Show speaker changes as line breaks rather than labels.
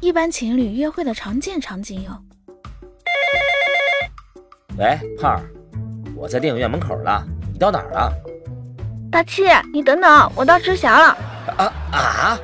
一般情侣约会的常见场景有：
喂，胖儿，我在电影院门口了，你到哪儿了？
大气，你等等，我到知霞了。
啊啊！